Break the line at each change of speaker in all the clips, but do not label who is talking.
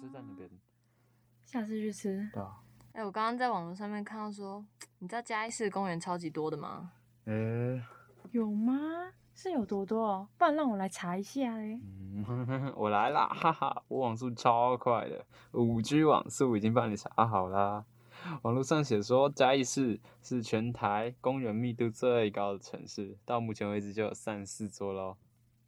就在那边。
下次去吃。
对啊，
哎、我刚刚在网络上面看到说，你知道嘉义市公园超级多的吗？
诶、
有吗？是有多多？不然让我来查一下嘞。
嗯， 我来啦，哈哈，我网速超快的，五 G 网速已经帮你查好啦。网络上写说嘉义市是全台公园密度最高的城市，到目前为止就有三十四座喽。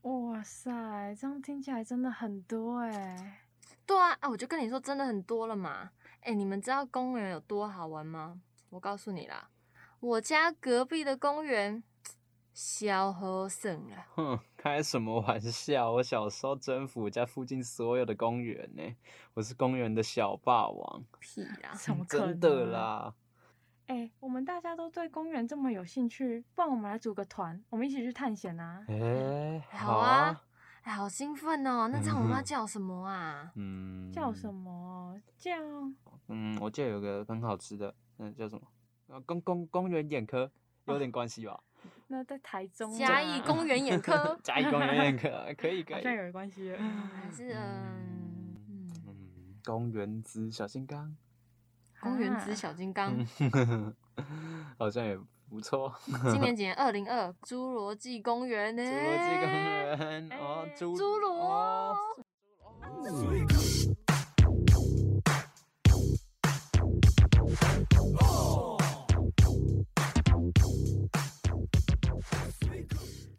哇塞，这样听起来真的很多哎。
对啊，啊，我就跟你说，真的很多了嘛。哎、你们知道公园有多好玩吗？我告诉你啦，我家隔壁的公园小和省啊，
哼，开什么玩笑！我小时候征服我家附近所有的公园呢、我是公园的小霸王，
屁啦！
怎 么可能？
真的！啦！
哎、我们大家都对公园这么有兴趣，不然我们来组个团，我们一起去探险啊！
嗯
哎、
好啊，哎，好兴奋哦！那这样我们要
嗯
叫什么啊？
嗯，
叫什？么？叫
嗯，我记得有个很好吃的，嗯，叫什么？呃，公公公园眼科有点关系吧？，
那在台中
啊嘉
啦
义公园眼 科
嘉义公园眼科可以可
好
以
像。有关系了。
还是嗯嗯，
嗯，公园之小金刚，
公园之
啊
小金刚。嗯
好像也不错。
今年几年？二零二，侏罗纪公园呢、
侏罗纪公园哦，
哎
侏
哎侏罗
哦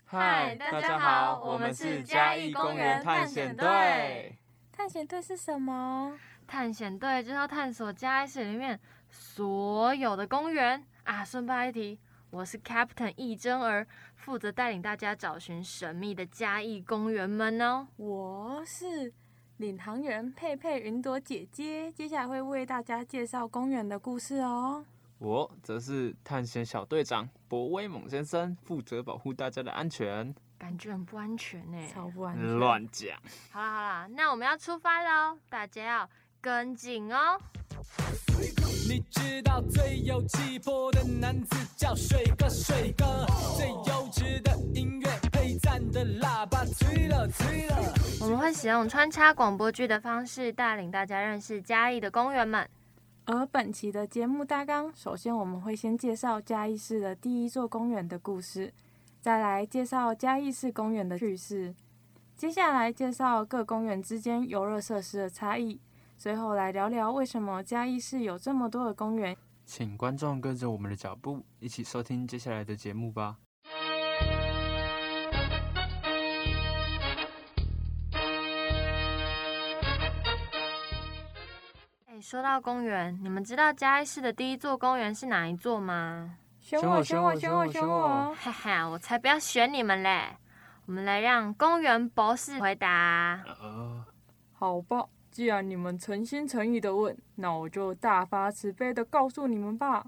嗨大家好我们是嘉义公园探险队。
探险队是什么？
探险队就是要探索嘉义市里面所有的公园啊。顺便一提，我是 Captain 易真儿，负责带领大家找寻神秘的嘉义公园们哦。
我是领航员佩佩云朵姐姐，接下来会为大家介绍公园的故事哦。
我则是探险小队长博威猛先生，负责保护大家的安全。
感觉很不安全呢、
超不安全，
乱讲。
好啦好啦，那我们要出发喽，大家要跟紧哦。
你知道最有气魄的男子叫水哥，水哥最优质的音乐配赞的喇叭，吹了吹了。
我们会使用穿插广播剧的方式，带领大家认识嘉义的公园们。
而本期的节目大纲，首先我们会先介绍嘉义市的第一座公园的故事，再来介绍嘉义市公园的趣事，接下来介绍各公园之间游乐设施的差异，最后来聊聊为什么嘉义市有这么多的公园。
请观众跟着我们的脚步，一起收听接下来的节目吧。
哎，说到公园，你们知道嘉义市的第一座公园是哪一座吗？
选
我
我，
选
选
我
我，
选
选
我
我，
选
选
我
我！
哈哈，我才不要选你们嘞！我们来让公园博士回答。
呃，
好吧，既然你们诚心诚意的问，那我就大发慈悲的告诉你们吧。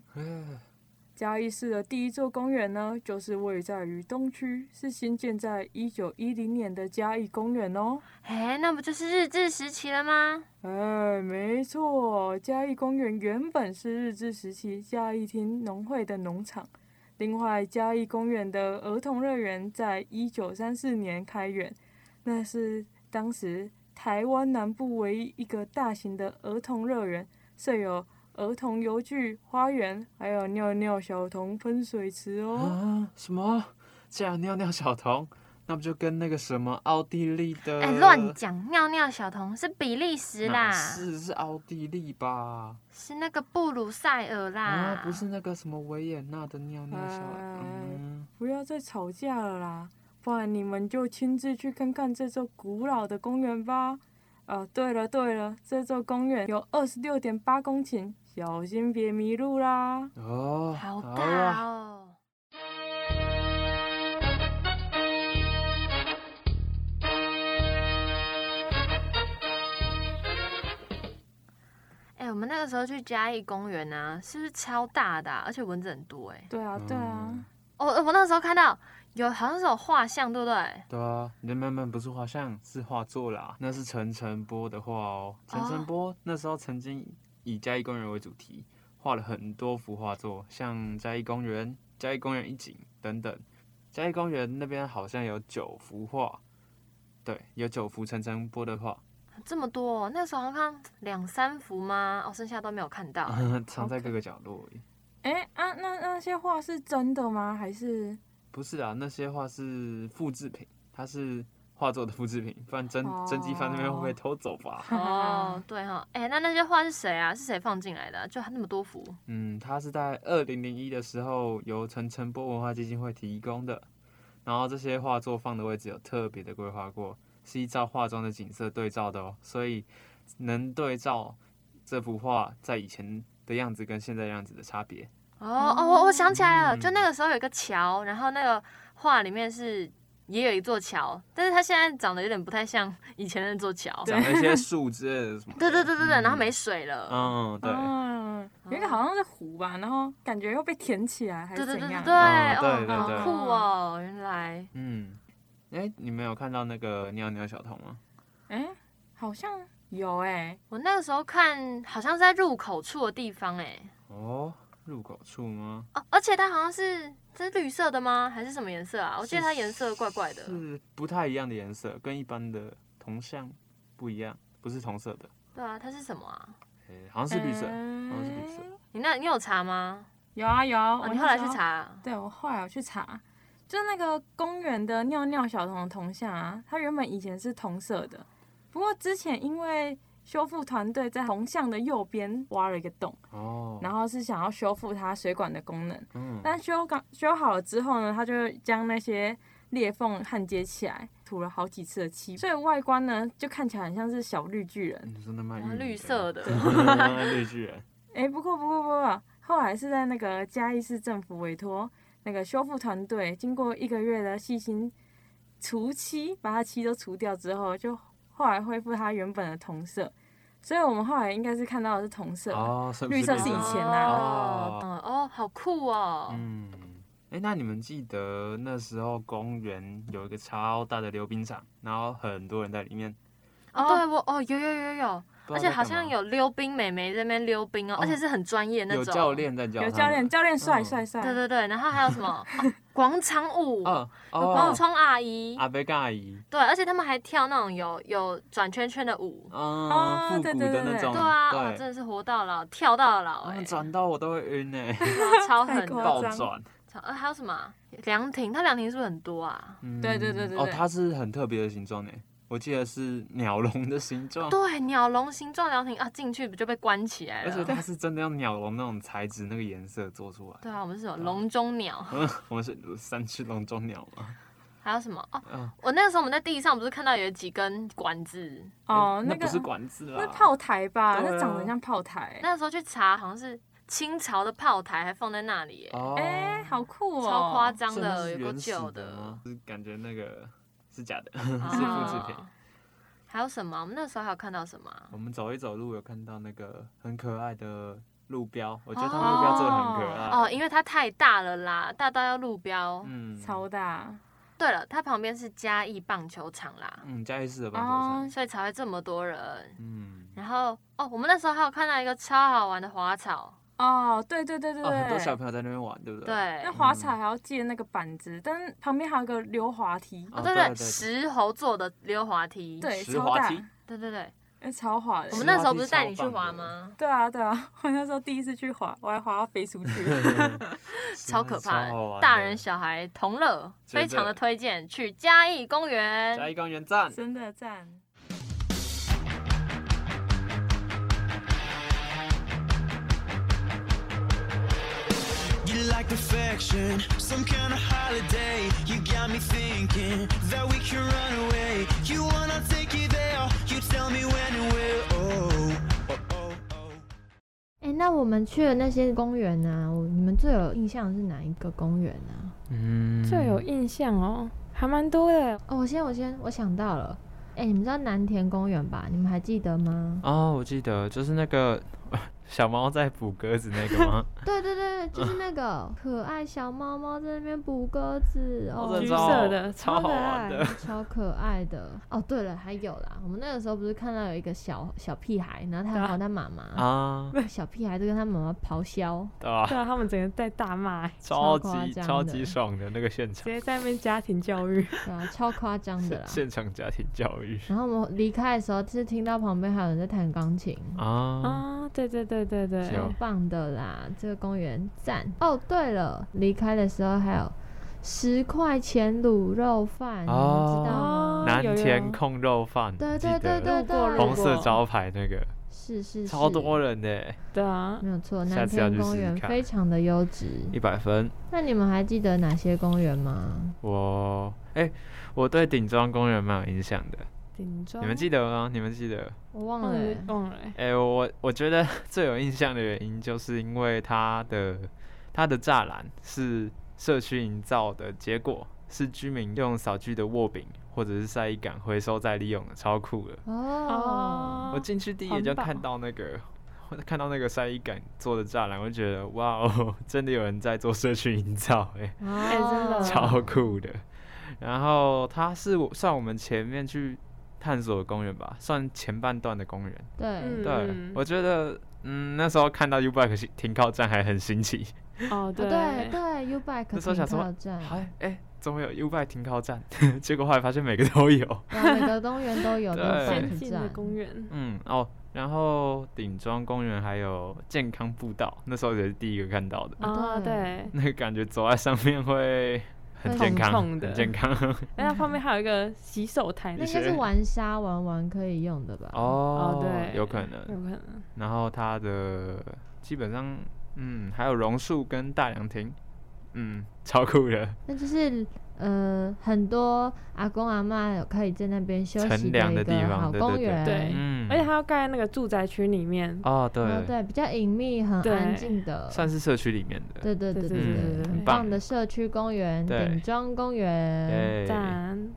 嘉义市的第一座公园呢，就是位在于东区，是新建在一九一零年的嘉义公园哦。
哎，那不就是日治时期了吗？
哎，没错，嘉义公园原本是日治时期嘉义厅农会的农场。另外，嘉义公园的儿童乐园在一九三四年开园，那是当时台湾南部唯一一个大型的儿童乐园，设有儿童游具、花园，还有尿尿小童喷水池哦。
啊，什么？这样尿尿小童，那不就跟那个什么奥地利的？
哎，乱讲！尿尿小童是比利时
哪
啦，
是是奥地利吧？
是那个布鲁塞尔啦，
啊，不是那个什么维也纳的尿尿小
哎
嗯，
啊
不要再吵架了啦，不然你们就亲自去看看这座古老的公园吧。啊，对了对了，这座公园有二十六点八公顷，小心别迷路啦。
哦，
好
啦
大哦。哎、我们那个时候去嘉义公园啊，是不是超大的啊、而且蚊子很多哎、
对啊对啊，
嗯
哦，呃我那时候看到有好像是有画像，对不对？
对啊，人们们不是画像，是画作啦。那是陈澄波的画哦。陈澄
哦
波那时候曾经以嘉义公园为主题，画了很多幅画作，像嘉义公园、嘉义公园一景等等。嘉义公园那边好像有九幅画，对，有九幅陈澄波的画。
这么多哦、那时候好像两三幅吗？哦，剩下都没有看到。
啊藏在各个角落而已。
哎啊，那那些画是真的吗？还是
不是啊，那些画是复制品，它是画作的复制品，不然真真机翻那边会不会偷走吧？
哦，对哈、哎、那那些画是谁啊？是谁放进来的啊？就那么多幅，
嗯，它是在二零零一的时候由陈澄波文化基金会提供的，然后这些画作放的位置有特别的规划过，是依照画中的景色对照的哦，所以能对照这幅画在以前的样子跟现在样子的差别。
哦哦，我我想起来了，
嗯
就那个时候有一个桥，然后那个画里面是也有一座桥，但是它现在长得有点不太像以前那座桥。
长那 些树之类的什么的。
对哦对对对对，然后没
事。
水了。
嗯，对，
嗯，有一个好像是湖吧，然后感觉又被填起来还
对
是
对
怎
对对
样？啊
对，
哦对对
哦，
对
好酷哦！原来
嗯，哎、你们有看到那个尿尿小童吗？
哎、好像有哎、
我那个时候看好像是在入口处的地方哎，
哦，入口处吗？
哦，而且它好像是这是绿色的吗？还是什么颜色啊？我记得它颜色怪怪的。
是不太一样的颜色，跟一般的铜像不一样，不是同色的，
对啊，它是什么啊？
哎、好像是绿色，
嗯
好像是绿色。
你那你有查吗？
有啊有啊，
哦，
我
你
那
后来
时
去
候
查啊？
对我后来有去查，就那个公园的尿尿小童的铜像啊，它原本以前是铜色的，不过之前因为修复团队在铜像的右边挖了一个洞，
哦，
然后是想要修复它水管的功能，
嗯，
但修刚修好了之后呢，它就将那些裂缝焊接起来，涂了好几次的漆，所以外观呢就看起来很像是小绿巨人。
你说那卖玉
哦
米
绿色
的，
的。
绿巨人，
哎、不过不过不过，后来是在那个嘉义市政府委托那个修复团队，经过一个月的细心除漆，把它漆都除掉之后，就后来恢复它原本的同色。所以我们后来应该是看到的是同色。
哦，所不
绿色
绿
是以
的
前啊
哦嗯哦，好酷哦！
嗯，哎、那你们记得那时候公园有一个超大的溜冰场，然后很多人在里面，
哦，对我哦，有有有有，
不知道
而且
在
好
干
像
嘛
有溜冰美眉在那边溜冰哦，而且是很专业那
有
种。
教。练在教，
有教练，。教练帅
嗯
帅帅。
对对对，然后还有什 么哦广场舞，
嗯，
有广
哦，
场阿姨，
阿贝尬姨，
对，而且他们还跳那种有有转圈圈的舞。
嗯，复
哦对
古
对
的
对
那
对
种，
对啊，哦真
对，
的是活到老，跳到老，哎
嗯，转到我都会晕哎，
哇超
太
狠
夸
倒
的。
张
转，
超呃，还有什么啊凉亭？它凉亭是不是很多啊？
嗯
对对对对
哦，
对
它是很特别的形状哎，我记得是鸟笼的形状，
对，鸟笼形状凉亭啊，进去不就被关起来
而且
了？
它是真的用鸟笼那种材质、那个颜色做出来。
对啊，我们是有笼中鸟，
嗯，我们是三只笼中鸟嘛，
还有什么？哦，
嗯，
我那个时候我们在地上不是看到有几根管子？
哦，
嗯那
个
不是管子啦，
那炮台吧？
对啊
那长得像炮台。
那时候去查，好像是清朝的炮台，还放在那里耶，
哦，
哎、好酷哦！
超夸张
所以它
的，
是
有够
原始
旧
的吗，就是感觉那个是假的，
啊
是复制品。
还有什么？啊我们那时候还有看到什么啊？
我们走一走路有看到那个很可爱的路标，我觉得它路标做的很可爱。
哦，因为它太大了啦，大到要路标。
啊嗯，
超大。
对了，它旁边是嘉义棒球场啦，
嗯嘉义市的棒球场，
哦
所以才会这么多人。
嗯，
然后哦，我们那时候还有看到一个超好玩的滑草，
哦，对对对对
哦，
对，
很多小朋友嗯在那边玩，对不对？。
对
那，滑草还要借那个板子，但旁边还有个溜滑梯，
哦
哦
对
对
对对
对，石猴做的溜滑梯，
对，
石
超
滑
大，
梯
对对对，
哎超滑的
我
石
们。
滑
那时候
梯
不是带你去
超棒
滑
的
吗？
对啊对啊， 我那时候第一次去滑，我还滑到飞 出去。
超可怕
超好玩的
的，大人小孩同乐，
真的
非常的推荐去嘉义公
嘉
园。
义公园站，
真的赞。
You like perfection, some kind of holiday. You got me thinking that we can run away. You wanna take it there, you tell me when and where. Oh, oh, oh, oh.
哎、那我们去的那些公园啊，我你们最有印象的是哪一个公园啊？
嗯，
最有印象哦，还蛮多的。
哦，我先我先我想到了，哎、你们知道南田公园吧？你们还记得吗？
哦，我记得就是那个 小猫在捕鸽子那个 吗？
对对对，就是那个 可爱小猫猫在那边捕鸽子
哦
哦
真，
橘
超
色的
超好玩的。
超可爱的哦。对了，还有啦，我们那个时候不是看到有一个小小屁孩，然后他还有他妈妈，
啊，
小屁孩就跟他妈妈咆哮，
对吧、
对啊，他们整个在大骂、欸，
超
超夸
级
张
超
的
级爽的那个现
直
场，
接在那边家庭教育。
对啊，超夸张的 啦
现。现场家庭教育
然后我们离开的时候，是听到旁边还有人在弹钢琴，哦
啊，
啊，对对对对对，
是哦
超棒的啦！这个公园赞哦。对了，离开的时候还有十块钱卤肉饭，你
哦
们知道吗？
南
有有
田控肉饭，
对
记得
对对对
路过
对，
路
红色
过
招牌那个，
是是
超多
人，
人的，
对啊，
没有错。
下
南
次要
天
去
公
试试
园
看
非常的 优质。
一百分。
那你们还记得哪些公园吗？
我哎、我对顶庄公园蛮有印象的，
顶妆。
你
哦
们记得吗？你们记得？
我忘了
忘了
欸，
忘了欸、
哎、我我觉得 最有印象的原因，就是因为它的它的栅栏是社区营造的结果，是居民用扫具的握柄或者是晒衣杆回收再利用的，超酷的。
哦，
我进去第一眼就
环保
看到那个。看到那个晒衣杆做的栅栏，我就觉得哇哦， 真的有人在做社区营造哎、
哎
真的
超酷的。然后它是我算我们前面去探索的公园吧，算前半段的公园。
对，啊
嗯
对，我觉得，嗯，那时候看到 U Bike 停靠站还很新奇，
哦，
哦
对
对对，U Bike
那时候想
停
说
靠站，
嗯
还哎、怎么有 U Bike 停靠站？ 结果后来发现每个都有。
哇每个公园 都有
对
U
先
Bike
进的
站，
公园，
嗯，哦，然后顶庄公园还有健康步道，那时候也是第一个看到的，
啊
啊，
对
对，
那个感觉走在上面会很
会
健
痛
康，
痛的
很健 康。
那它旁边还有一个洗手台，
那
那
应该
些
是玩沙玩玩可以用的吧？
哦
对
有可能。
有可能，
然后它的基本上，嗯，还有榕树跟大凉亭，嗯，超酷的，
那就是呃，很多阿公阿嬷有可以在那边休息
乘凉
一
的地
个
方
好
对对
公
对
园，
对
嗯，
而且它要盖在那个住宅区里面，
哦，
哦
对，
对，比较隐秘、很
对
安静的，
算是社区里面的，
对对对
对
对
对对
对
对对
很
对
棒的社区公园，
嗯对
顶庄公园。
哎
赞。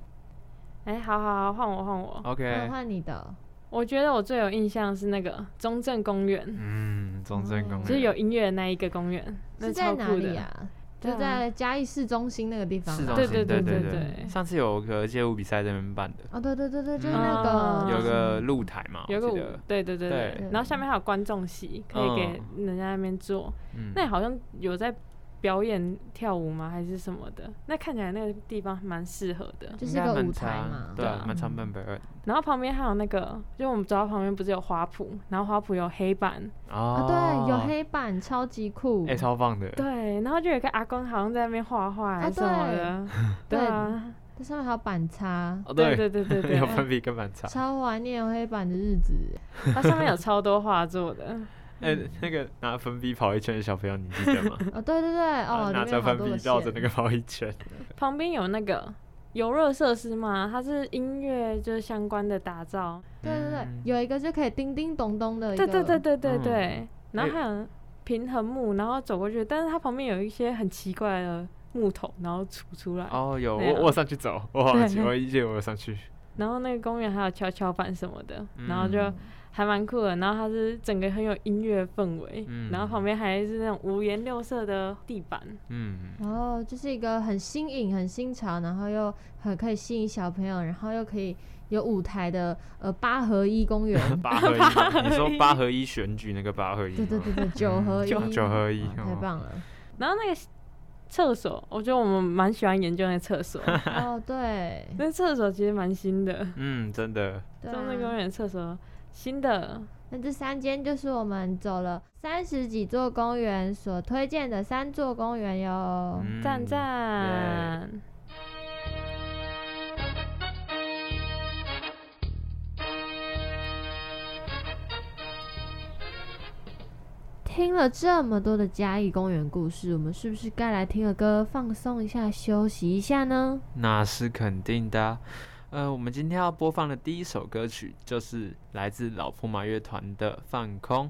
哎，好好好，换我换我，
那
OK，
换你的，
我觉得我最有印象是那个中正公园，
嗯，中正公园
就是有音乐的那一个公园，那
是在
超
哪
酷
里
的。
啊？
对
就
啊
在嘉义市中心那个地方吧。
市中
对
心，
对
对
对对
对，
对
上次有个街舞比赛在那边办的，
哦，对对对对，就是
嗯
那个
啊
有个露台嘛，
有个
哦我
舞
记得，，
对对对
对
对，然后下面还有观众席，可以给人家那边坐。
嗯
那好像有在表演跳舞吗？还是什么的？那看起来那个地方蛮适合的。
就
应
是
该
个
蛮
舞台
常
嘛。
对啊，
对
蛮常办表演，
然后旁边还有那个，就我们走到旁边不是有花圃，然后花圃有黑板，
哦
啊，对，有，黑板，超级酷
哎，。超棒的，
对，然后就有一个阿公好像在那边画画还
啊
是什么的，
对
对 啊，
这上面还有板擦，
哦
对，对对对对，
有粉笔跟板擦，
超怀念有黑板的日子。
它上面有超多画作的，
哎，那个拿粉笔跑一圈的小朋友，你记得吗？
哦，对对对，
啊
哦，
拿
里面有
着
好
粉
多
笔
个
绕着
线
那个跑一圈，
旁边有那个游乐设施嘛，它是音乐就是相关的打造，
对对对
嗯，
有一个就可以叮叮咚咚的一
对
个，
对对对对
嗯
对，然后还有平衡木，然后走过去，但是它旁边有一些很奇怪的木头，然后杵出来，
哦，有
对啊
我我上去走，我好奇，
对
我一见我有上去，
然后那个公园还有跷跷板什么的，
嗯
然后就还蛮酷的。然后它是整个很有音乐氛围，
嗯
然后旁边还是那种五颜六色的地板，
嗯，
然后就是一个很新颖、很新潮，然后又很可以吸引小朋友，然后又可以有舞台的呃八合一公园，
八合一吗，你说八合一选举那个八合一吗，
对对对对，九
嗯
合一，
九九合一
哇太
哦
棒了。
然后那个厕所，我觉得我们蛮喜欢研究那厕所，
哦，对，
那厕所其实蛮新的，
嗯，真的，
对
中正公
啊。
园厕所新的，
那这三间就是我们走了三十几座公园所推荐的三座公园哟。
嗯
赞赞。
听了这么多的嘉义公园故事，我们是不是该来听个歌放松一下、休息一下呢？
那是肯定的啊。呃，我们今天要播放的第一首歌曲就是来自老铺马乐团的《放空》。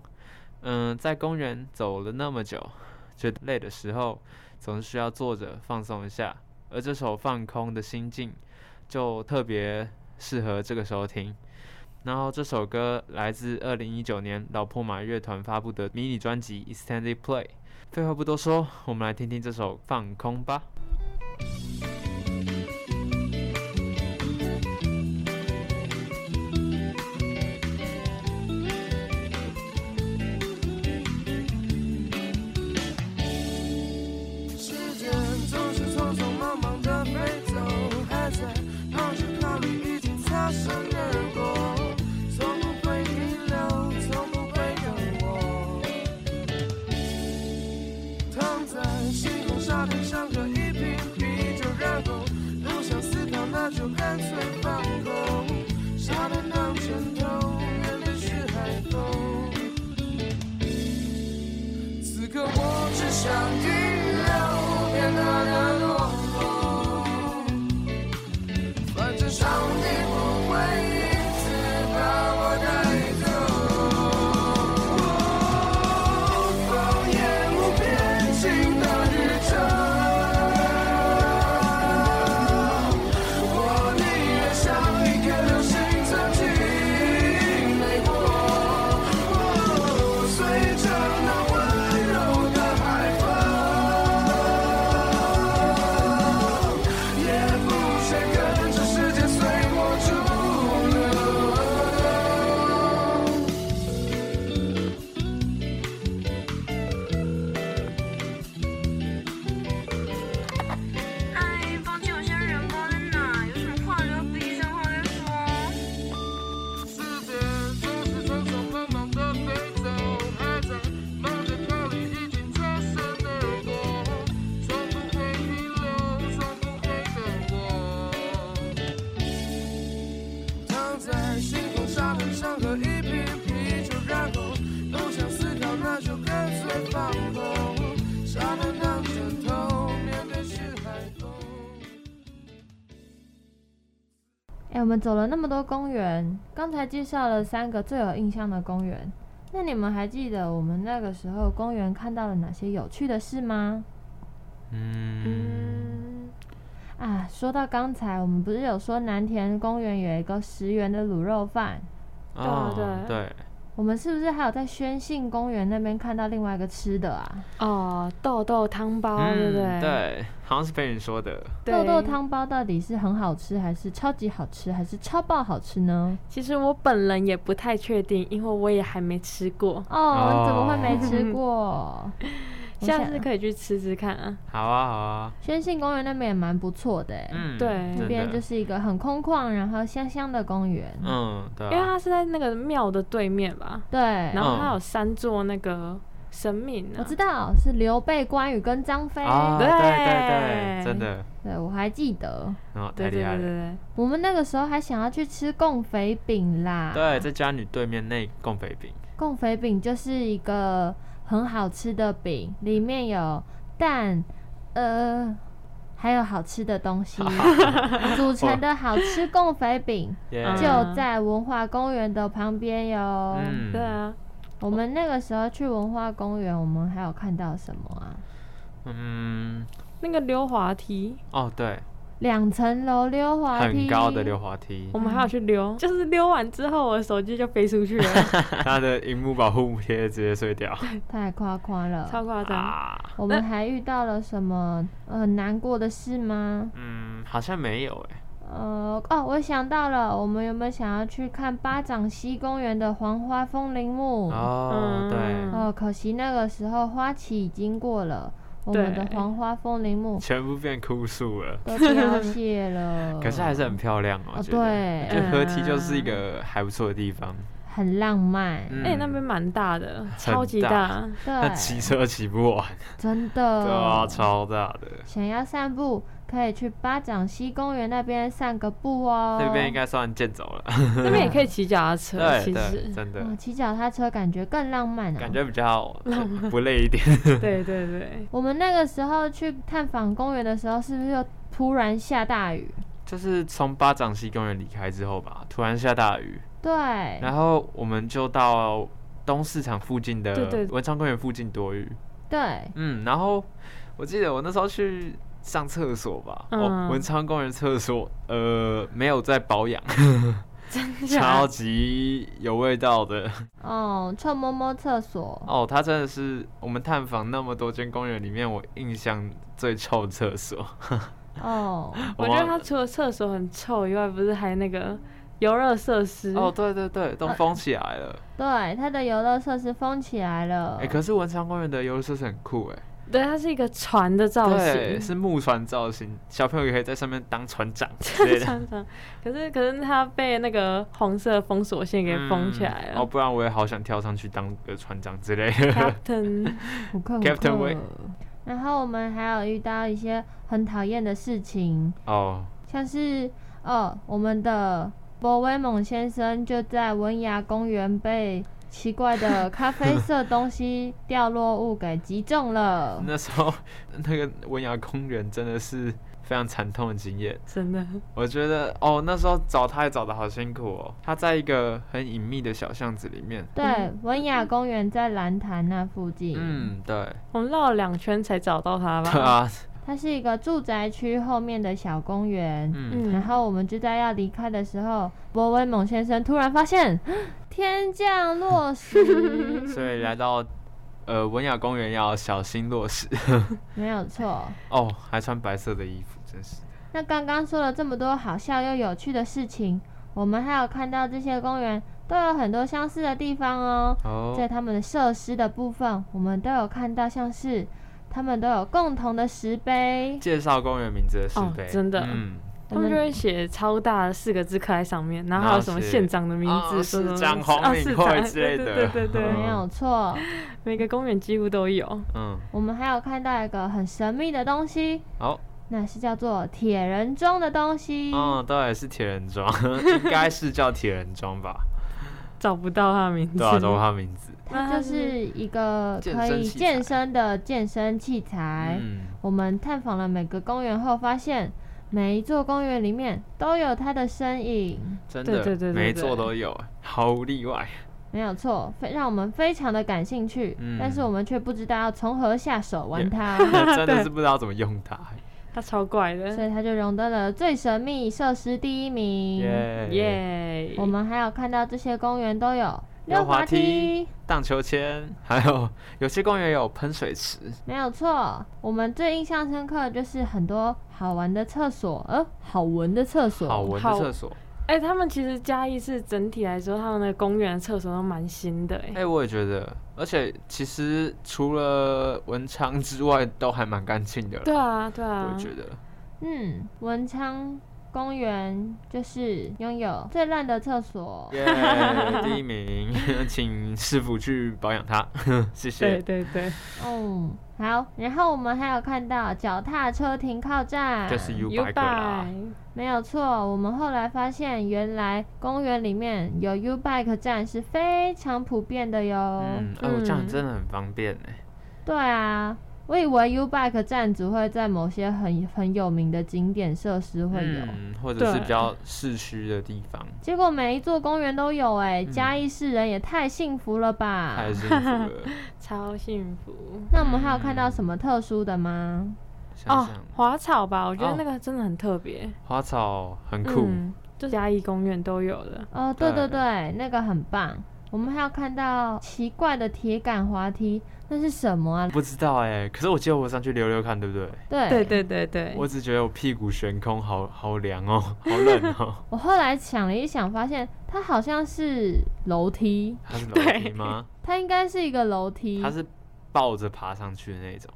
嗯、在公园走了那么久，觉得累的时候，总是需要坐着放松一下。而这首《放空》的心境，就特别适合这个时候听。然后这首歌来自二零一九年老破马乐团发布的迷你专辑《Extended Play》。废话不多说，我们来听听这首《放空》吧。
时间总是匆匆忙忙的飞走，还在旁枝考虑已经擦身而过，从不会停留，从不会等我。躺在星空沙滩上喝一瓶啤酒，然后不想思考，那就干脆放空。沙滩当枕头，面对是海风。此刻我只想停留，变得的落寞。反正上帝不会一直把我带走。哦放眼无边境的宇宙，我宁愿像一颗流星曾经飞过。随着那温柔的海风，也不想跟着世界随波逐流。
哎，抱歉，有些人包在哪？有什么话留笔，想好再说。
世界总是匆匆忙忙的飞走，还在忙着考虑已经擦身而过，从不会停留，从不会等我。躺在星空沙滩上喝一瓶啤酒，然后不想思考，那就干脆放空。沙滩当枕头，面对是海风。
哎、我们走了那么多公园，刚才介绍了三个最有印象的公园。那你们还记得我们那个时候公园看到了哪些有趣的事吗？
嗯，
啊，说到刚才，我们不是有说南田公园有一个十元的卤肉饭？
哦，
对
对，
我们是不是还有在宣信公园那边看到另外一个吃的啊？
哦，豆豆汤包，对不对？
嗯，对，好像是被你说的。
豆豆。汤包到底是很好吃，还是超级好吃，还是超爆好吃呢？
其实我本人也不太确定，因为我也还没吃过，
哦，怎么会没
哦
吃过？我
下
想
次可以去吃吃看啊。
好啊，好啊，
宣信公园那边也蛮不错的、欸，
嗯，
对
真
那边
的
就是一个很空旷，然后香香的公园。
嗯，对啊，
因为它是在那个庙的对面吧，
对，
然后它
嗯
有三座那个神明、啊，
我知道是刘备、关羽跟张飞，
啊，对对对，
对
真的，
对我还记得。
哦，太
对
厉
对
害
对对
了。
对，
我们那个时候还想要去吃贡肥饼啦，
对，在家女对面那贡肥饼，
贡肥饼就是一个很好吃的饼，里面有蛋，呃，还有好吃的 东西组成的好吃贡肥饼，
耶、
嗯
就在文化公园的旁边哟。
嗯，
对啊，
我们那个时候去文化公园，我们还有看到什么啊？
嗯，
那个溜滑梯，
哦，对，
两层楼溜滑梯，
很高的溜滑梯
我，们
嗯
还有去溜，就是溜完之后，我的手机就飞出去了，
它的荧幕保护贴直接碎 掉
太夸夸了。
超夸张。
啊，
我们还遇到了什么呃难过的事吗？
嗯，好像没有哎、
呃，哦，我想到了，我们有没有想要去看巴掌溪公园的黄花风铃木？
哦，
嗯
对，
哦，可惜那个时候花期已经过了，我们的
对
黄花风 铃木
全部变枯树了，
都凋谢
嗯
了。
可是还是很漂亮，我
哦
觉得。
对
就合体就是一个还不错的地方，
很浪漫，
嗯
哎、那边哎蛮大的，超级
大
大，
那
对，
骑车骑不完，
真
嗯
对啊，
的。
超大的，
想要散步，可以去巴掌溪公园那边散个步哦。
那边应该算健走了，
那边也可以骑脚踏 车，
对
其实
对，，真的
哦，骑脚踏车感觉更浪漫啊。
感觉比较 不累一点，
对对对，
我们那个时候去探访公园的时候，是不是又突然下大雨？
啊就是从巴掌溪公园离开之后吧，突然下大雨，
对，
然后我们就到东市场附近的
对对
文昌公园附近躲雨。
对，
嗯，然后我记得我那时候去上厕所吧，哦，
嗯
文昌公园厕所呃没有在保养，
真假
超级有味道的
哦，臭摸摸厕所，
哦。它真的是我们探访那么多间公园里面，我印象最臭的厕所。
哦，
我觉得它除了厕所很臭以外，不是还那个游乐设施
哦，对对对，都封起来了。
对，它的游乐设施封起来了
啊
哎、。可是文昌公园的游乐设施很酷哎、
对，它是一个船的造型
对，，是木船造型，小朋友也可以在上面当船 长之类的。
船长。可是可是它被那个红色封锁线给封起来
嗯哦，
了。
不然我也好想跳上去当个船长之类的。
Captain，
虎克虎
Captain
克
Wei
然后我们还有遇到一些很讨厌的事情，
哦，
像是哦，我们的博威猛先生就在文雅公园被奇怪的咖啡色东西掉落物给击 中了。
那时候那个文雅公园真的是非常惨痛的经验。
真的
我觉得哦，那时候找他也找的好辛苦哦。他在一个很隐秘的小巷子里面。
对，文雅公园在蓝潭那附近，
嗯，对，
我们绕了两圈才找到它
对
吧？
啊，
它是一个住宅区后面的小公园。
嗯，
嗯
然，后我们就在要离开的时候，博威猛先生突然发现 天降落石
，
嗯
所以来到呃文雅公园要小心落石。
没有错。
哦，还穿白色的衣服，真是。
那刚刚说了这么多好笑又有趣的事情，我们还有看到这些公园都有很多相似的地方哦。在
哦，
他们的设施的部分，我们都有看到像是他们都有共同的石碑，
介绍公园名字的石
哦
碑，
真的
嗯，
他们就会写超大的四个字刻在上面，然后还有什么
然后是
县长的名
哦
字，说什么
市长黄
啊
敏
市
惠
长
之类的
对对对对
嗯
对，
没有错。
每个公园几乎都有。
嗯，
我们还有看到一个很神秘的东西，
好，
那是叫做铁人桩的东西。
嗯，对，是铁人庄，应该是叫铁人庄 吧？
找不到他的名字，
对啊，都是他名字。
它就是一个
健
可
身
以
器材
健身的健身器材。
嗯，
我们探访了每个公园后，发现每一座公园里面都有它的身影，
真
对对
的，
对对
每一
对
座都有，毫无例 外。
没有错，非让我们非常的感兴趣，
嗯
但是我们却不知道要从何下手 玩它
真的是不知道怎么用它，
他超怪
所
的，
以它就荣登了最神秘设施第一
嗯
名。
耶
耶！
我们还有看到这些公园都有
溜
溜
滑
滑
梯
梯，
荡秋千，还有有些公园有喷水池，
没有错。我们最印象深刻的就是很多好玩的厕所，呃，好闻的厕所，
好闻的
好
厕所。
哎、他们其实嘉义市整体来说，他们的公园的厕所都蛮新的、
哎、
哎、
我也觉得，而且其实除了文昌之外，都还蛮干净的啦。
对啊，对啊，
我觉得，
嗯，文昌公园就是拥有最烂的厕所。
耶、第一名， 请师傅去保养它， 谢
对
谢。
对对，
哦，好，然后我们还有看到脚踏车停靠站，
就是 U
U
bike 啦，
没有错。我们后来发现，原来公园里面有 U bike 站是非常普遍的哟。
嗯，哎、我这样
嗯
真的很方便哎、
对啊，我以为 U bike 站只会在某些很很有名的景点设施会有。
嗯，或者是
对
比较市区的地方，
结果每一座公园都有哎、
嗯
嘉义市人也太幸福了吧！
啊
太幸福了。
超幸福
那我们还有看到什么特殊的吗？
想
哦
想，
滑草吧，我觉
哦
得那个真的很特别，
花草很酷，
嗯，就嘉义公园都有的，
哦，对
对
对对，那个很棒。我们还有看到奇怪的铁杆滑梯，那是什么啊？
不知道哎、可是我记得我上去溜溜看，对不对？
对
对对对对，
我只觉得我屁股悬空好，好凉哦，好冷哦。
我后来想了一想，发现它好像是楼梯，
它是楼梯吗？
它应该是一个楼梯
它，是抱着爬上去的那种。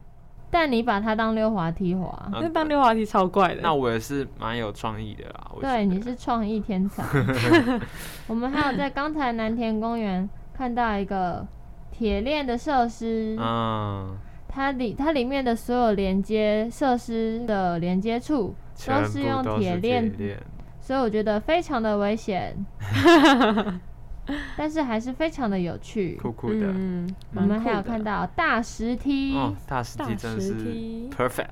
但你把它当溜滑梯滑。
啊
那当溜滑梯超怪的，
那我也是蛮有创意的啦。我觉
对，
得
你是创意天 才。我们还有在刚才南田公园看到一个铁链的设施，
嗯，
它里它里面的所有连接设施的连接处
全
都
部
是用
都是
铁
铁
链所以我觉得非常的 危险，但是还是非常的有趣。
酷酷的。
嗯，
我
蛮
们还
酷的
有看到大石梯，
哦，大石
大
梯真的
石
是
梯
perfect。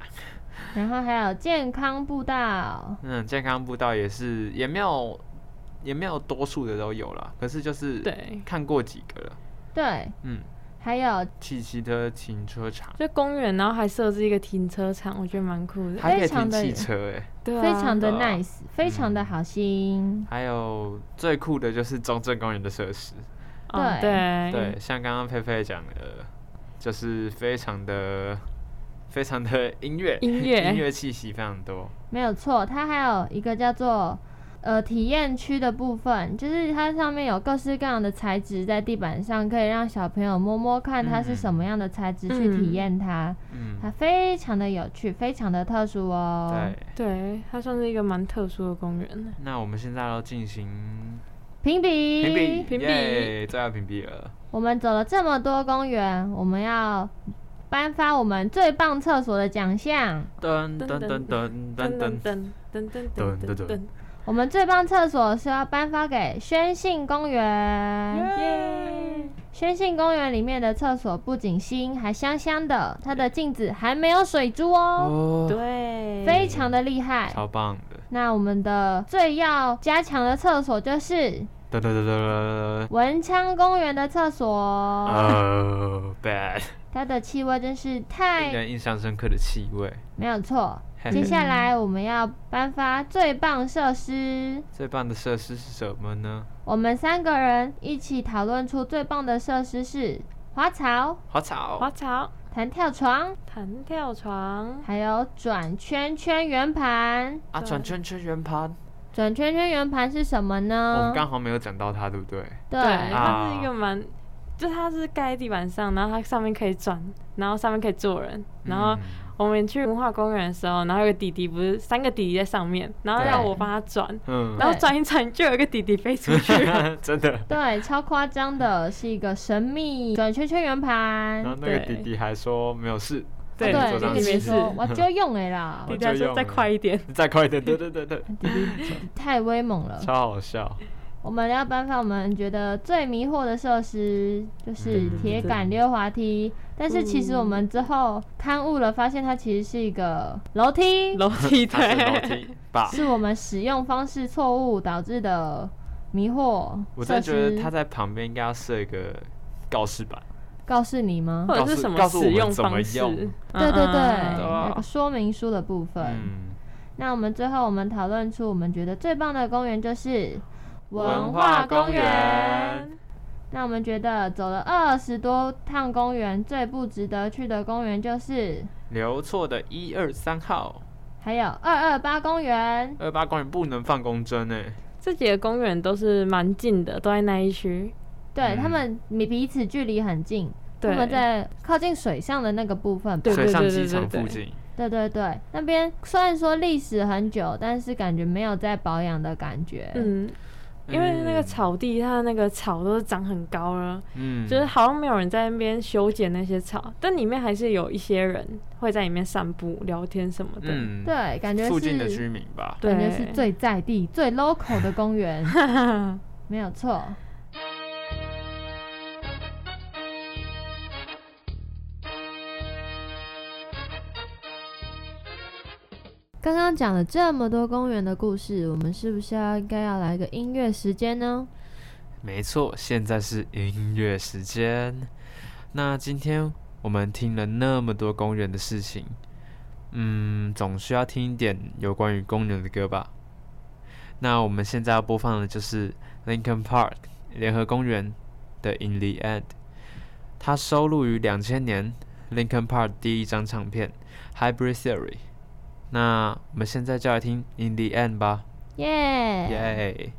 然后还有健康步道，
嗯，健康步道也是，也没有，也没有多数的都有啦。可是就是
对
看过几个了。
对，
嗯，
还有
汽汽车停车场，
就公园，然后还设置一个停车场，我觉得蛮酷的。
还可以
非常
停
的
汽车哎、
对啊，
非常的
对啊
nice，非常的好心。
还有最酷的就是中正公园的设施，
哦对
对，像刚刚佩佩讲的，就是非常的非常的音乐
音乐
音乐气息非常多，
没有错，它还有一个叫做呃体验区的部分，就是它上面有各式各样的材质在地板上，可以让小朋友摸摸看它是什么样的材质去体验它，
嗯，
它非常的有趣，非常的特殊哦。
对。
对，它算是一个蛮特殊的公园的。
那我们现在要进行
评比，
评比，
评比
耶，再要评比了。
我们走了这么多公园，我们要颁发我们最棒厕所的奖项。
噔
噔
噔
噔
噔噔
噔
噔噔
噔噔噔噔噔
噔
噔
噔
噔
噔，
我们最棒厕所是要颁发给宣信公园。
耶！
宣信公园里面的厕所不仅新，还香香的，它的镜子还没有水珠哦，
哦，
对，
非常的厉害。
超棒的！
那我们的最要加强的厕所就是
噔噔噔噔噔，
文昌公园的厕所，
哦，bad，
它的气味真是
令
太
人印象深刻的气味。
没有错。
嘿
接
嘿
下来我们要颁发最棒设施，
最棒的设施是什么呢？
我们三个人一起讨论出最棒的设施是滑草、
花草，
滑草、
弹跳床，
弹跳床、
还有转圈圈圆盘。
啊，转圈圈圆盘，
转圈圈圆盘是什么
哦我
呢
们？刚好没有讲到它，对不对？
对，
对，它
啊
是一个蛮，就它是盖在地板上，然后它上面可以转，然后上面可以坐人。然后
嗯
我们去文化公园的时候，然后有个弟弟，不是三个弟弟在上面，然后
对
让我帮他转，
嗯，
然后转一转就有一个弟弟飞出去。
真的。
对，超夸张的，是一个神
嗯
秘转圈圈圆盘。
然后
哦
那个
对
弟弟还说没有事，
对
你
对，
坐
弟
上
弟
弟
没
去
没 事，
说，我就用
哦
哎啦，
弟弟还说再快一点，
再快一点，对对对对，
弟弟太威猛
嗯
了。
超好笑。
我们要颁发我们觉得最迷惑的设施，
嗯
就是铁杆溜滑梯。但是其实我们之后刊物了，发现它其实是一个楼梯，
楼 梯
它是楼
对，
梯吧？
是我们使用方式错误导致的迷惑
我真
设
的觉得他
施。
在旁边应该要设一个告示板，
告诉你吗？
或者是
告诉
什么
告诉我
使
们
用
怎么
方式？
用
嗯
对对
嗯嗯
对，有个说明书的部分。
啊嗯，
那我们最后我们讨论出我们觉得最棒的公园就是
文化公园。
那我们觉得走了二十多趟公园，最不值得去的公园就是
留错的一二三号
还有二二八公园。
二八公园不能放公针诶，
这几个公园都是蛮近的，都在那一区。
对、
嗯
他们彼此距离很近，他
对，
们在靠近水上的那个部分吧。
对
水上
对
机
对对
场
对
附近，
对对对，那边虽然说历史很久，但是感觉没有在保养的感觉。
嗯，因为那个
嗯，
草地，它的那个草都是长很高了，
嗯，
就是好像没有人在那边修剪那些草，但里面还是有一些人会在里面散步、聊天什么的。
嗯，
对，感觉是
附近的居民吧，
对，
感觉是最在地、 最 local 的公园，没有错。刚刚讲了这么多公园的故事，我们是不是要应该要来个音乐时间呢？
没错，现在是音乐时间。那今天我们听了那么多公园的事情，嗯，总需要听一点有关于公园的歌吧。那我们现在要播放的就是 Linkin Park 联合公园的《In the End》，它收录于两千年 Linkin Park 第一张唱片《Hybrid Theory》。那我们现在就来听《In the End》吧，
耶、
耶、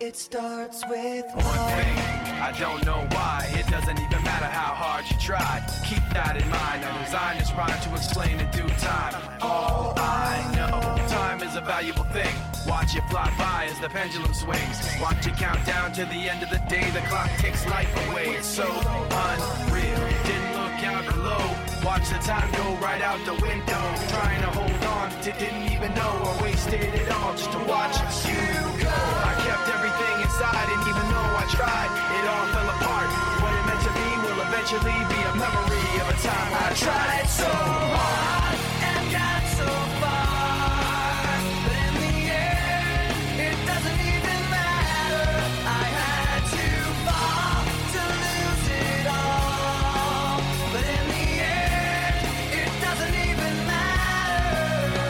It starts with
I don't know why, it doesn't even matter how hard you try. Keep that in mind. I designed this rhyme to explain in due time. All I know, time is a valuable thing. Watch it fly by as the pendulum swings. Watch it count down to the end of the day. The clock takes life away. It's so unreal. Didn't look out below. Watch the time go right out the window. Trying to hold on to didn't even know I wasted it all just to watch you go. I kept everything inside, and even though I tried, it all fell apart. What an eventually be a memory of a time I tried so hard and got so far. But in the end, it doesn't even matter. I had to fall to lose it all. But in the end, it doesn't even matter.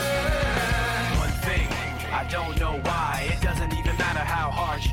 One thing, I don't know why. It doesn't even matter how hard you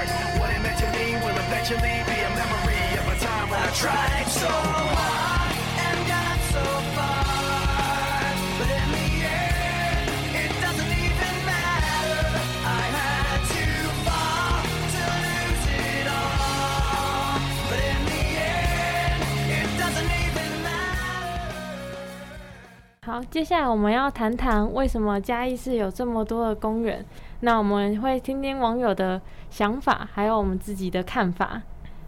What it meant to me will eventually be a memory of a time when I tried so hard and got so far. But in the end, it doesn't even matter. I had to fall to lose it all. But in the end, it doesn't even matter.
好，接下来我们要谈谈为什么嘉义市有这么多的公园。那我们会听听网友的想法，还有我们自己的看法。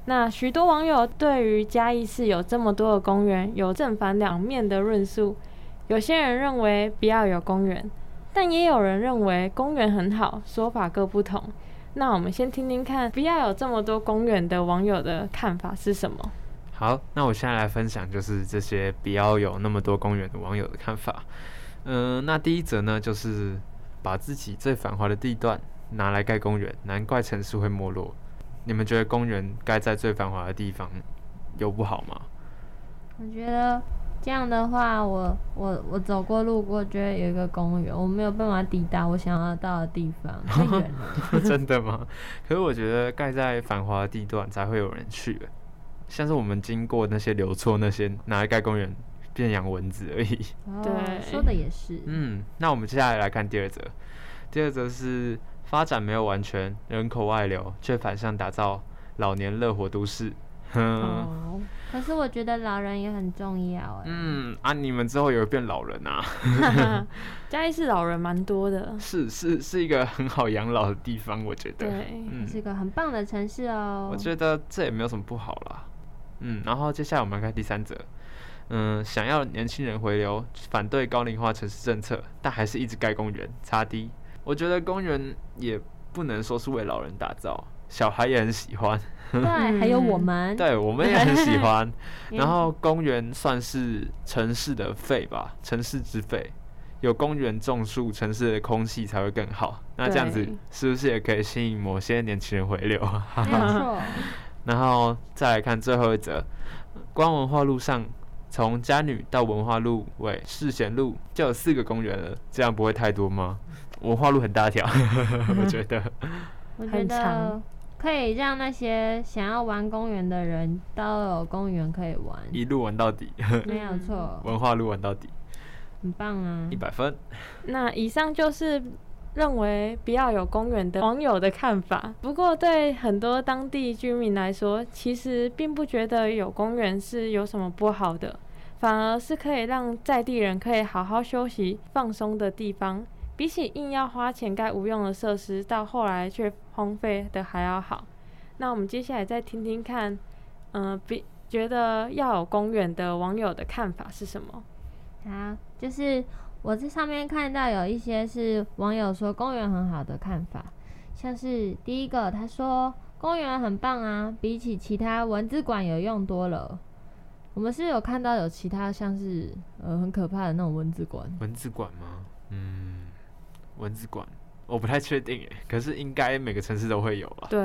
那许多网友对于嘉义市有这么多的公园有正反两面的论述。有些人认为不要有公园，但也有人认为公园很好，说法各不同。那我们先听听看，不要有这么多公园的网友的看法是什么？
好，那我现在来分享，就是这些不要有那么多公园的网友的看法。嗯、那第一则呢，就是把自己最繁华的地段拿来盖公园，难怪城市会没落。你们觉得公园盖在最繁华的地方，有不好吗？
我觉得这样的话，我我我走过路过，觉得有一个公园，我没有办法抵达我想要到的地方，太远了。
真的吗？ 可是我觉得盖在繁华的地段才会有人去，像是我们经过那些流错那些拿来盖公园，变养蚊子而已。
哦
对，
说的也是。
嗯，那我们接下来来看第二则。第二则是发展没有完全，人口外流，却反向打造老年乐活都市。 哼，
哦，
可是我觉得老人也很重要哎、
嗯啊，你们之后也会变老人啊，
嘉义市老人蛮多的。
是是是一个很好养老的地方，我觉得。
对，
嗯，
是个很棒的城市哦。
我觉得这也没有什么不好啦。嗯，然后接下来我们看第三则，嗯，想要年轻人回流，反对高龄化城市政策，但还是一直盖公园，差低。我觉得公园也不能说是为老人打造，小孩也很喜欢，
嗯
对，还有我们，
对我们也很喜欢。
嗯
然后公园算是城市的肺吧，城市之肺。有公园种树，城市的空气才会更好。那这样子
对
是不是也可以吸引某些年轻人回流啊？
没 有错。
然后再来看最后一则，光文化路上从嘉女到文化路尾世贤路就有四个公园了，这样不会太多吗？文化路很大条， 我觉得。
我觉
很
得
长
可以让那些想要玩公园的人都有公园可以玩，
一路玩到底，
没有错，
文化路玩到底，
很棒啊
一！百分。
那以上就是认为不要有公园的网友的看法。不过，对很多当地居民来说，其实并不觉得有公园是有什么不好的，反而是可以让在地人可以好好休息、放松的地方。比起硬要花钱盖无用的设施，到后来却荒废的还要好。那我们接下来再听听看，嗯、比觉得要有公园的网友的看法是什么？
好，就是我在上面看到有一些是网友说公园很好的看法，像是第一个他说公园很棒啊，比起其他文字馆有用多了。我们是有看到有其他像是呃很可怕的那种文字馆，
文字馆吗？嗯，文字馆我不太确定诶，可是应该每个城市都会有吧。
对，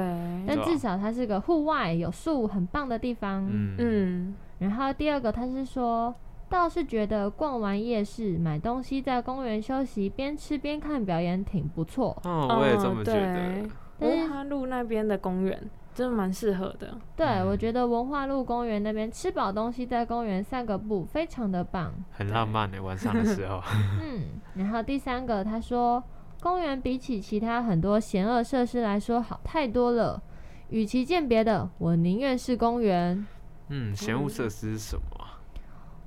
但
对啊
至少它是个户外有树很棒的地方。
嗯嗯，
嗯，
然后第二个他是说，倒是觉得逛完夜市买东西在公园休息，边吃边看表演挺不错。
哦，我也这
嗯
么觉得
对。
但是
文化路那边的公园真的蛮适合的。
对，我觉得文化路公园那边吃饱东西，在公园散个步，非常的棒。
很浪漫诶，晚上的时 候。
嗯，然后第三个，他说公园比起其他很多险恶设施来说好太多了，与其见别的，我宁愿是公园。
嗯，嫌恶设施是什么啊？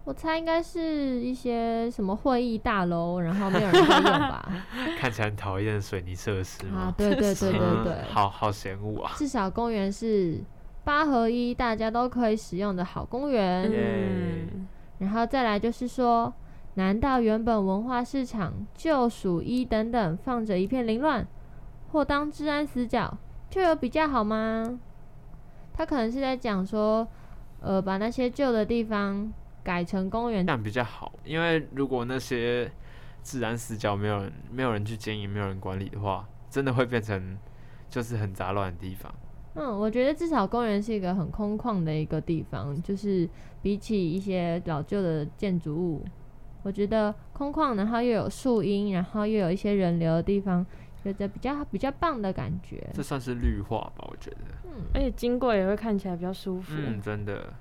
我猜应该是一些什么会议大楼，然后没有人在用吧？
看起来很讨厌的水泥设施
啊
吗，？
对对对对
嗯
对，
好好嫌恶啊！
至少公园是八合一，大家都可以使用的好公园。
耶
嗯，
然后再来就是说，难道原本文化市场、旧属一等等放着一片凌乱，或当治安死角，就有比较好吗？他可能是在讲说，呃，把那些旧的地方改成公园
这。样比较好，因为如果那些自然死角没有人、没有人去经营、没有人管理的话，真的会变成就是很杂乱的地方。
嗯，我觉得至少公园是一个很空旷的一个地方，就是比起一些老旧的建筑物，我觉得空旷，然后又有树荫，然后又有一些人流的地方，有着比较比较棒的感觉。嗯
这算是绿化吧，我觉得。
而且经过也会看起来比较舒服。
嗯，真的。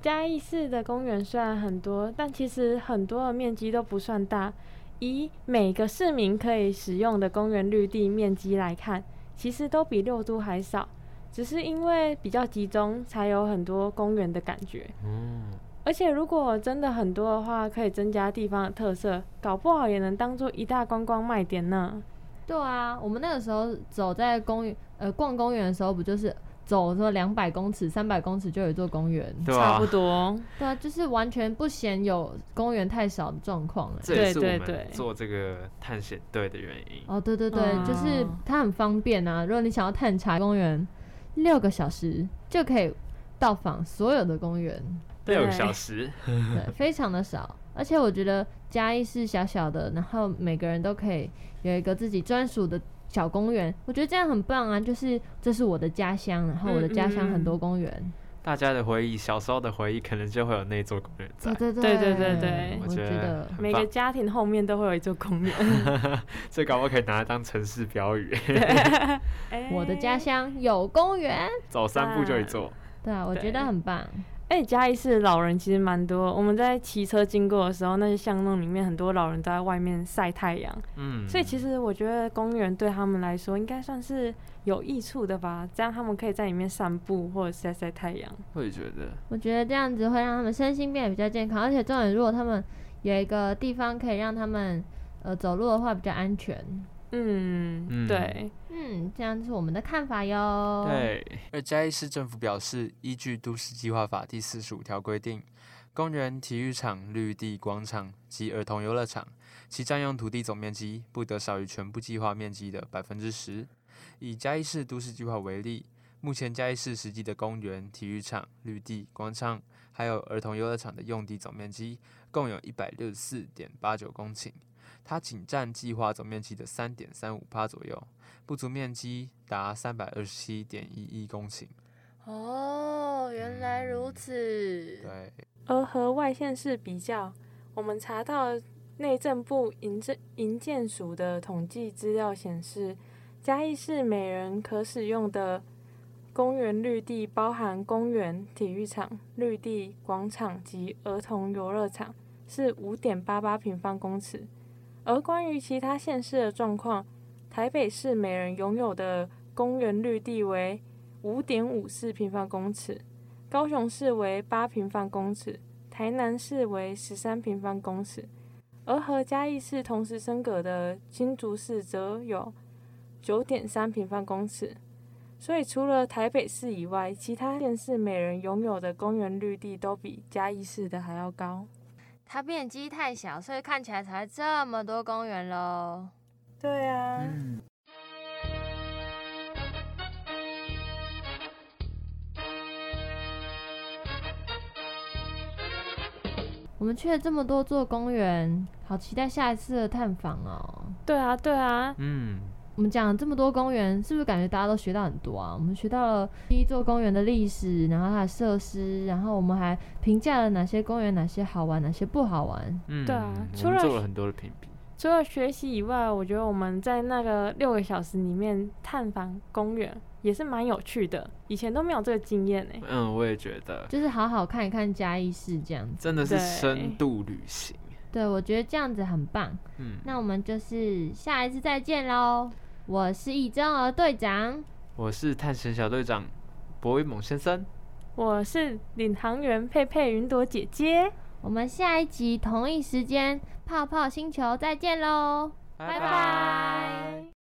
嘉义市的公园虽然很多，但其实很多的面积都不算大。以每个市民可以使用的公园绿地面积来看，其实都比六都还少，只是因为比较集中，才有很多公园的感觉。
嗯，
而且如果真的很多的话，可以增加地方的特色，搞不好也能当做一大观光卖点呢。
对啊，我们那个时候走在公园，呃，逛公园的时候，不就是走说两百公尺、三百公尺就有一座公园？
对
差
啊
不，多，
对啊，就是完全不嫌有公园太少的状况哎。
这也是我
对对对
们做这个探险队的原因。
哦，对对对，
嗯
就是它很方便啊。如果你想要探查公园，六个小时就可以到访所有的公园，
六个
对
小时，
对，非常的少。而且我觉得嘉义是小小的，然后每个人都可以有一个自己专属的小公园，我觉得这样很棒啊。就是这是我的家乡，然后我的家乡很多公园，
大家的回忆，小时候的回忆，可能就会有那座公园在嗯
对。对
对
对
对对对
我
我
觉
觉
得
得很
每个
棒
家庭后面都会有一座公园。
这搞不好可以拿来当城市标语，
哎
我的家乡有公园，
走三步就一座。
对啊，我觉
对
得很棒。
哎，嘉义市老人其实蛮多。我们在骑车经过的时候，那些巷弄里面很多老人都在外面晒太阳，
嗯，
所以其
实
实我觉得公园对他们来说应该算是有益处的吧。这样他们可以在里面散步或者晒晒太阳。
我也觉得，
我觉得这样子会让他们身心变得比较健康，而且重点，如果他们有一个地方可以让他们呃走路的话，比较安全。
嗯，
嗯
对，
嗯，这样是我们的看法哟。，
对，
而嘉义市政府表示，依据《都市计划法》第四十五条规定，公园、体育场、绿地、广场及儿童游乐场，其占用土地总面积不得少于全部计划面积的百分之十。以嘉义市都市计划为例，目前嘉义市实际的公园、体育场、绿地、广场，还有儿童游乐场的用地总面积共有一百六十四点八九公顷，它仅占计划总面积的三点三五趴左右。不足面积达三百二十七点一一公顷。
哦，原来如此。
对，
而和外县市比较，我们查到内政部营政营建署的统计资料显示，嘉义市每人可使用的公园绿地包含公园、体育场、绿地、广场及儿童游乐场，是五点八八平方公尺。而关于其他县市的状况，台北市每人拥有的公园绿地为五点五四平方公尺，高雄市为八平方公尺，台南市为十三平方公尺，而和嘉义市同时升格的新竹市则有九点三平方公尺。所以，除了台北市以外，其他县市每人拥有的公园绿地都比嘉义市的还要高。
它面积太小，所以看起来才会这么多公园喽。
对啊，
我们去了这么多座公园，好期待下一次的探访哦。
对啊，对啊，
嗯，
我们讲了这么多公园，是不是感觉大家都学到很多啊？我们学到了第一座公园的历史，然后它的设施，然后我们还评价了哪些公园哪些好玩，哪些不好玩。
嗯，
对啊
我
除
们
了
做了很多的评比，
除了学习以外，我觉得我们在那个六个小时里面探访公园也是蛮有趣的，以前都没有这个经验呢、欸
嗯，我也觉得
就是好好看一看嘉义市这样子，
真的是
对
深度旅行，
对我觉得这样子很棒。
嗯，
那我们就是下一次再见喽。我是易真儿队长，
我是探险小队长博威猛先生，
我是领航员佩佩云朵姐姐，
我们下一集同一时间泡泡星球再见喽，拜拜